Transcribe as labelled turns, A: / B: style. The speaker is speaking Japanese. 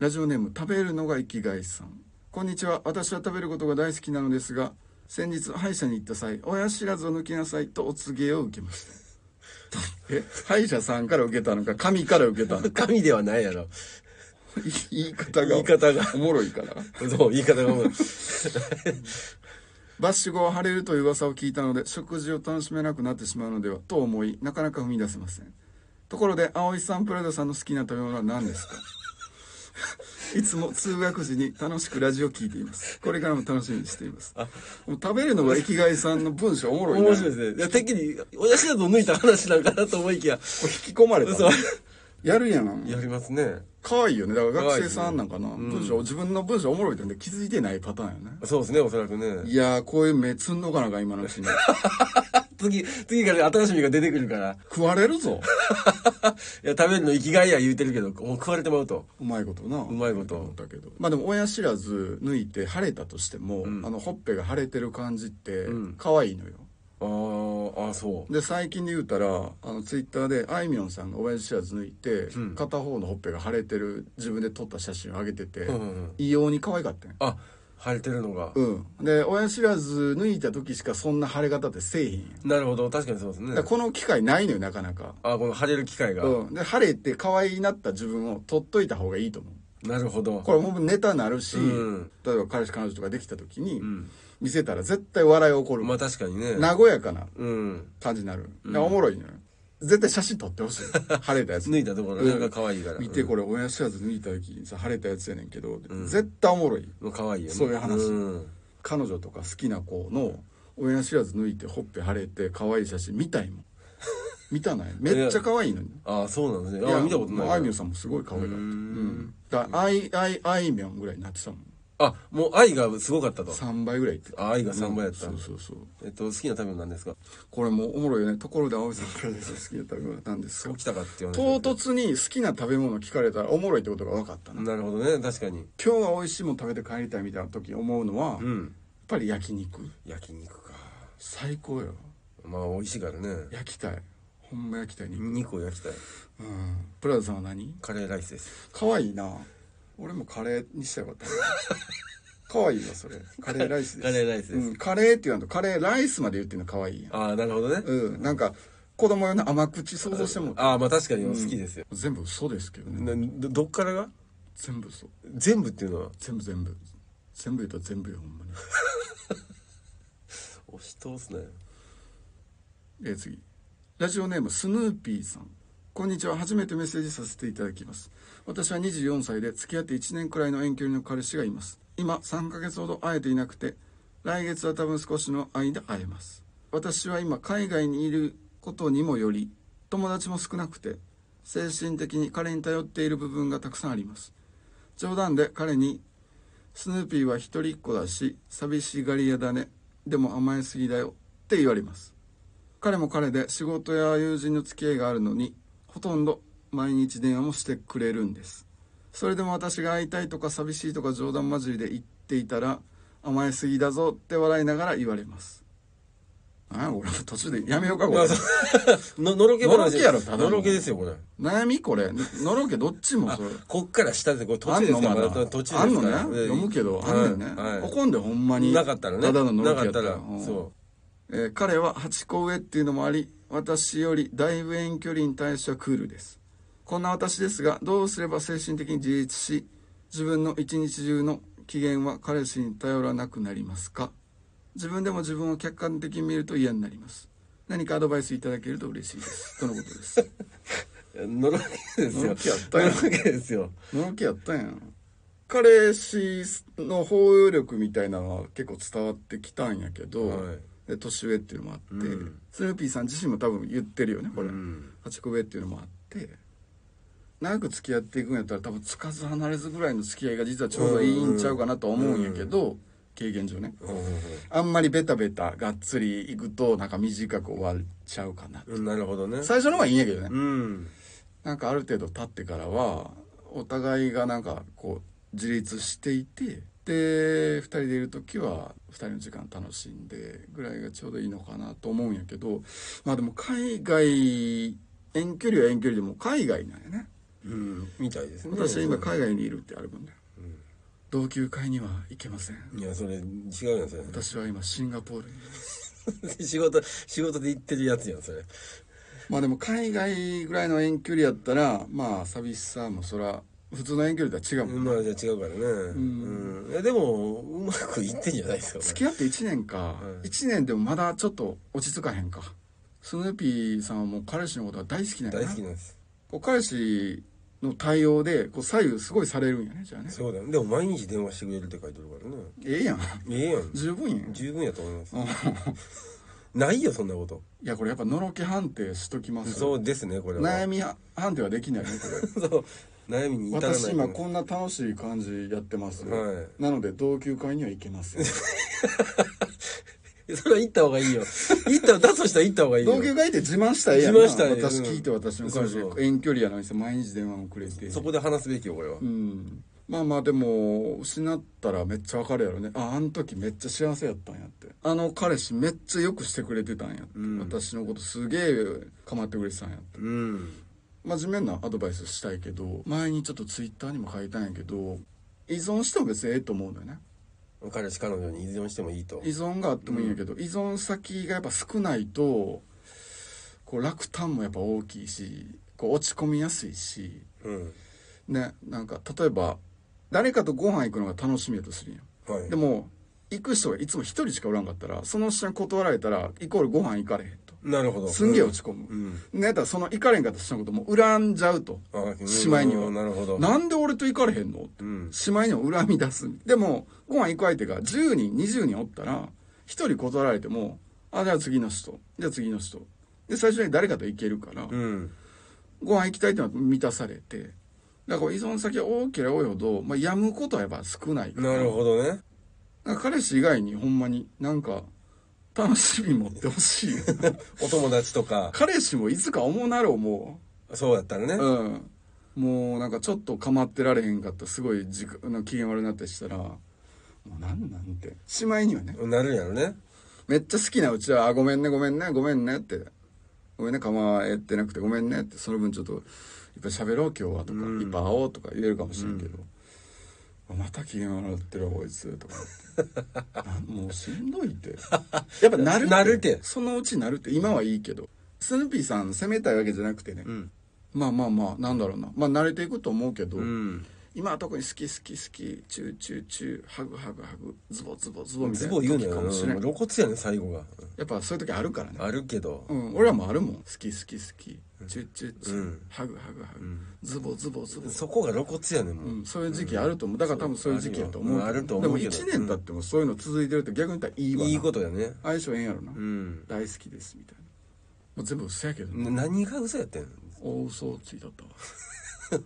A: ラジオネーム食べるのが生きがいさんこんにちは私は食べることが大好きなのですが先日歯医者に行った際親知らずを抜きなさいとお告げを受けました え歯医者さんから受けたのか神から受けたのか
B: 神ではないやろ。
A: 言い 方が
B: 言い方が
A: おもろいから
B: そう、言い方がもう。
A: バッシュ後は晴れるという噂を聞いたので食事を楽しめなくなってしまうのではと思いなかなか踏み出せませんところで葵さんプラザさんの好きな食べ物は何ですか いつも通学時に楽しくラジオ聞いていますこれからも楽しみにしていますもう食べるのが生きがいさんの文章おもろいな
B: 面白いですね。いや、てっきり、親知らずを抜いた話なんかなと思いきや、
A: これ引き込まれた
B: 嘘。
A: やるやん
B: やりますね。
A: 可愛いよねだから学生さんなんかな、
B: 可愛いですねうん
A: 文章自分の文章おもろいってんで気づいてないパターンよね
B: そうですね、おそらくね。
A: いやーこういう目つんのかなあかん今のうちに
B: 次、次から新しみが出てくるから。
A: 食われる ぞ
B: いや、食べるの生きがいや言うてるけど、もう食われてまうと。
A: うまいことなう
B: まいこと
A: 思ったけどまあでも親知らず抜いて腫れたとしても、
B: ん
A: あのほっぺが腫れてる感じって
B: うん
A: 可愛いのよ、
B: あー、あーそう。
A: で最近で言うたらあのツイッターであいみょんさんが親知らず抜いて、
B: うん
A: 片方のほっぺが腫れてる自分で撮った写真を上げてて、
B: うんうんうん
A: 異様に可愛かったんよ
B: あ、腫れてるのが。
A: うんで親知らず抜いた時しかそんな腫れ方ってせえへんやん
B: なるほど、確かにそうですね
A: だから。この機会ないのよなかなか、
B: あ、この腫れる機会が。
A: うん、で腫れて可愛いなった自分を撮っといた方がいいと思う
B: なるほど。
A: これもうネタになるし、
B: うん
A: 例えば彼氏彼女とかできた時に、
B: うん。
A: 見せたら絶対笑い起こる、
B: まあ確かにね。
A: 和やかな
B: うん。
A: 感じになる、でおもろいのよ絶対写真撮ってほしい晴れたやつ
B: 抜いたところ
A: うん
B: なんか可愛いから。
A: 見て
B: れ。
A: これ親知らず抜いた時にさ晴れたやつやねんけど、
B: うん
A: 絶対おもろい
B: もう可愛いよね。
A: そういう話
B: うん。
A: 彼女とか好きな子の親知らず抜いてほっぺ腫れて可愛い写真見たいもん見た ないめっちゃ可愛いのに
B: ああ、そうなんです
A: い
B: ね。あ
A: や
B: あ、見たことない
A: もう
B: な。
A: あいみょんさんもすごい可愛かった
B: う
A: うんんだからあいあいあいみょんぐらいになってたもん
B: あ、もう愛がすごかったと。
A: 3倍ぐらいいってた
B: あ愛が3倍やった
A: うんそうそうそう
B: えっと、好きな食べ物なんですか
A: これもうおもろいよねところで葵さんプラザ好きな食べ物なんです
B: そう
A: が
B: きたかっていう
A: 唐
B: 話。
A: 突に好きな食べ物聞かれたらおもろいってことが分かったな
B: なるほどね、確かに。
A: 今日は美味しいもん食べて帰りたいみたいな時思うのは、や
B: う
A: っ
B: ん。
A: ぱり焼肉
B: 焼肉か。
A: 最高よ
B: まあ、美味しいからね。
A: 焼きたいほんま焼きたい肉、うん
B: 肉を焼きたい。
A: プラザさんは何
B: カレーライスです。
A: 可愛いな俺もカレーにしたら よかったな可愛いわそれカレーライスです
B: カレーライスです
A: うん、カレーって言わんとカレーライスまで言ってんの可愛いやん
B: ああ、なるほどね。
A: うんなんか子供用の甘口想像しても
B: ああ、まあ確かに好きですよ。
A: 全部嘘ですけどね
B: などどっからが
A: 全部嘘
B: 全部っていうのは
A: 全部全部全部言うと全部よほんまに
B: 押し通すなよ。
A: えー次ラジオネームスヌーピーさんこんにちは初めてメッセージさせていただきます私は24歳で付き合って1年くらいの遠距離の彼氏がいます今3ヶ月ほど会えていなくて来月は多分少しの間会えます私は今海外にいることにもより友達も少なくて精神的に彼に頼っている部分がたくさんあります冗談で彼にスヌーピーは一人っ子だし寂しがり屋だねでも甘えすぎだよって言われます彼も彼で仕事や友人の付き合いがあるのにほとんど毎日電話もしてくれるんですそれでも私が会いたいとか寂しいとか冗談交じりで言っていたら甘えすぎだぞって笑いながら言われますあ俺も途中でやめようかこ
B: ま
A: れ
B: あ、そう ののろけ話
A: のろけやろただの
B: のろけですよ、これ。
A: 悩みこれのろけどっちもそれ
B: こっから下で、これ途
A: あ
B: 中
A: ん
B: で
A: の
B: す
A: ま
B: から、
A: だ
B: 途中
A: あ
B: で
A: ん
B: す
A: の
B: か
A: ね
B: ら。え
A: 読むけど
B: はい
A: あんねんね、
B: はい
A: 怒んでほんまに
B: なかったらね。
A: ただのの
B: な
A: ろ
B: か
A: けやっ
B: っ
A: た
B: た
A: ら
B: ら
A: う、ん
B: そ
A: えー彼は8個上っていうのもあり私よりだいぶ遠距離に対してはクールですこんな私ですがどうすれば精神的に自立し自分の一日中の機嫌は彼氏に頼らなくなりますか自分でも自分を客観的に見ると嫌になります何かアドバイスいただけると嬉しいですとのことです
B: う。のろけですよ。
A: のろけやったやん
B: のろけですよ。
A: のろけやったんやん彼氏の包容力みたいなのは結構伝わってきたんやけど、
B: はい
A: で年上っていうのもあって、
B: うん
A: スヌーピーさん自身も多分言ってるよねこれ、
B: うん
A: 8個上っていうのもあって長く付き合っていくんやったら多分つかず離れずぐらいの付き合いが実はちょうどいいんちゃうかなとは思うんやけど、経験上ねあんまりベタベタがっつりいくとなんか短く終わっちゃうかな、
B: うんなるほどね。
A: 最初の方はいいんやけどね、
B: うん。
A: なんかある程度経ってからはお互いがなんかこう自立していてで2人でいる時は2人の時間楽しんでぐらいがちょうどいいのかなと思うんやけどまあでも海外遠距離は遠距離でも海外なんやね
B: うん、みたいですね。
A: 私は今海外にいるってアルバムだよ、同級会には行けません
B: いや、それ、違うんやん、それ。
A: 私は今シンガポールにいます
B: 仕事、仕事で行ってるやつやん、それ。
A: まあでも海外ぐらいの遠距離やったらまあ寂しさもそら普通の遠距離とは違うもん、
B: まあ、じゃあ違うからね。うん。いやでも、うまくいってんじゃないですか。
A: 付き合って1年か、
B: うん
A: 1年でもまだちょっと落ち着かへんかスヌーピーさんはもう彼氏のことが大好きなんや
B: 大
A: な
B: 好きなんです。
A: こう彼氏の対応でこう左右すごいされるんやねじゃあね
B: そうだよ。でも、毎日電話してくれるって書いてるからね。
A: ええやん
B: ええやん。
A: 十分やん
B: 十分やと思います。ないよ、そんなこと。
A: いやこれやっぱのろけ判定しときます
B: そうですね、これは。
A: 悩みは判定はできないねこれ
B: そう。悩みに 至らない。
A: 私今こんな楽しい感じやってます、
B: は
A: なので同級会には行けま せん
B: それは行った方がいいよ。行った、だとしたら行った方がいいよ
A: 同。級会って自慢したらええやんな
B: 自慢したらええ
A: 私聞いて私の彼
B: そう
A: 女
B: そう
A: 遠距離やのにさ毎日電話もくれて
B: そこで話すべきよ、これは
A: う。んまあまあでも失ったらめっちゃわかるやろねああの時めっちゃ幸せやったんやってあの彼氏めっちゃよくしてくれてたんやって、私のことすげえ構ってくれてたんやって
B: うん。
A: 真面目なアドバイスしたいけど前にちょっとツイッターにも書いたんやけど依存しても別にええと思うのよね
B: 彼氏、彼女に依存してもいいと
A: 依。存があってもいいんやけど、依存先がやっぱ少ないとこう落胆もやっぱ大きいしこう落ち込みやすいし
B: うん。
A: ねなんか例えば誰かとご飯行くのが楽しみやとするんや
B: はい。
A: でも行く人がいつも一人しかおらんかったらその人に断られたらイコールご飯行かれへんと
B: なるほど。
A: すんげえ落ち込む、
B: うん。
A: ねだからその行かれへんかった人のことも恨んじゃうと
B: あ
A: しまいには
B: うんなるほど。
A: なんで俺と行かれへんのって
B: うん。
A: しまいには恨み出すでもご飯行く相手が10人20人おったら1人断られてもあじゃあ次の人じゃあ次の人で最初に誰かと行けるから、
B: うん。
A: ご飯行きたいってのは満たされてだから依存先が多ければ多いほど、まあ、やむことはやっぱ少ないから
B: なるほどね。
A: なんか彼氏以外にほんまになんか楽しみ持ってほしいよ
B: お友達とか、
A: 彼氏もいつか思うなろうも
B: そうやったらね
A: う、。うん、もうなんかちょっと構ってられへんかったすごい時間なんか機嫌悪なったりしたらもうなんなんてしまいにはね
B: なるんやろね。
A: めっちゃ好きなうちは「あごめんねごめんねごめんね」って「ごめんね構えてなくてごめんね」ってその分ちょっといっぱい喋ろう今日はとか、
B: うん
A: いっぱい会おうとか言えるかもしれんけど、また機嫌悪なってるわこいつ とか思ってなんもうしんどいってやっぱなる
B: なるって
A: そのうちなるって今はいいけどスヌーピーさん責めたいわけじゃなくてね、
B: うん。
A: まあまあまあなんだろうなまあ慣れていくと思うけど、
B: うん。
A: 今は特に好き好き好きチューチューチューハグハグハグズボズボズボみた
B: ズ
A: い
B: ボ
A: な
B: ン言う
A: 時
B: の
A: か
B: よ
A: もしれ
B: な。
A: ん
B: 露骨やね、最後が。
A: やっぱそういう時あるからね
B: あるけど
A: う。ん、俺らもあるもん好き好き好きチュッチュッチュ、
B: うん
A: ハグハグハグ、
B: ん
A: ズボズボズボ、
B: そこが露骨やね、
A: う
B: も
A: ん、そういう時期あると思うだから多分そういう時期やと思うけど
B: あるようんあると思うけど。
A: でも1年経ってもそういうの続いてるって逆に言ったらいいうわない
B: いことやね。
A: 相性ええんやろな、
B: うん。
A: 大好きですみたいなもう全部嘘やけどな、
B: な何が嘘やってんの
A: 大嘘をついたったわ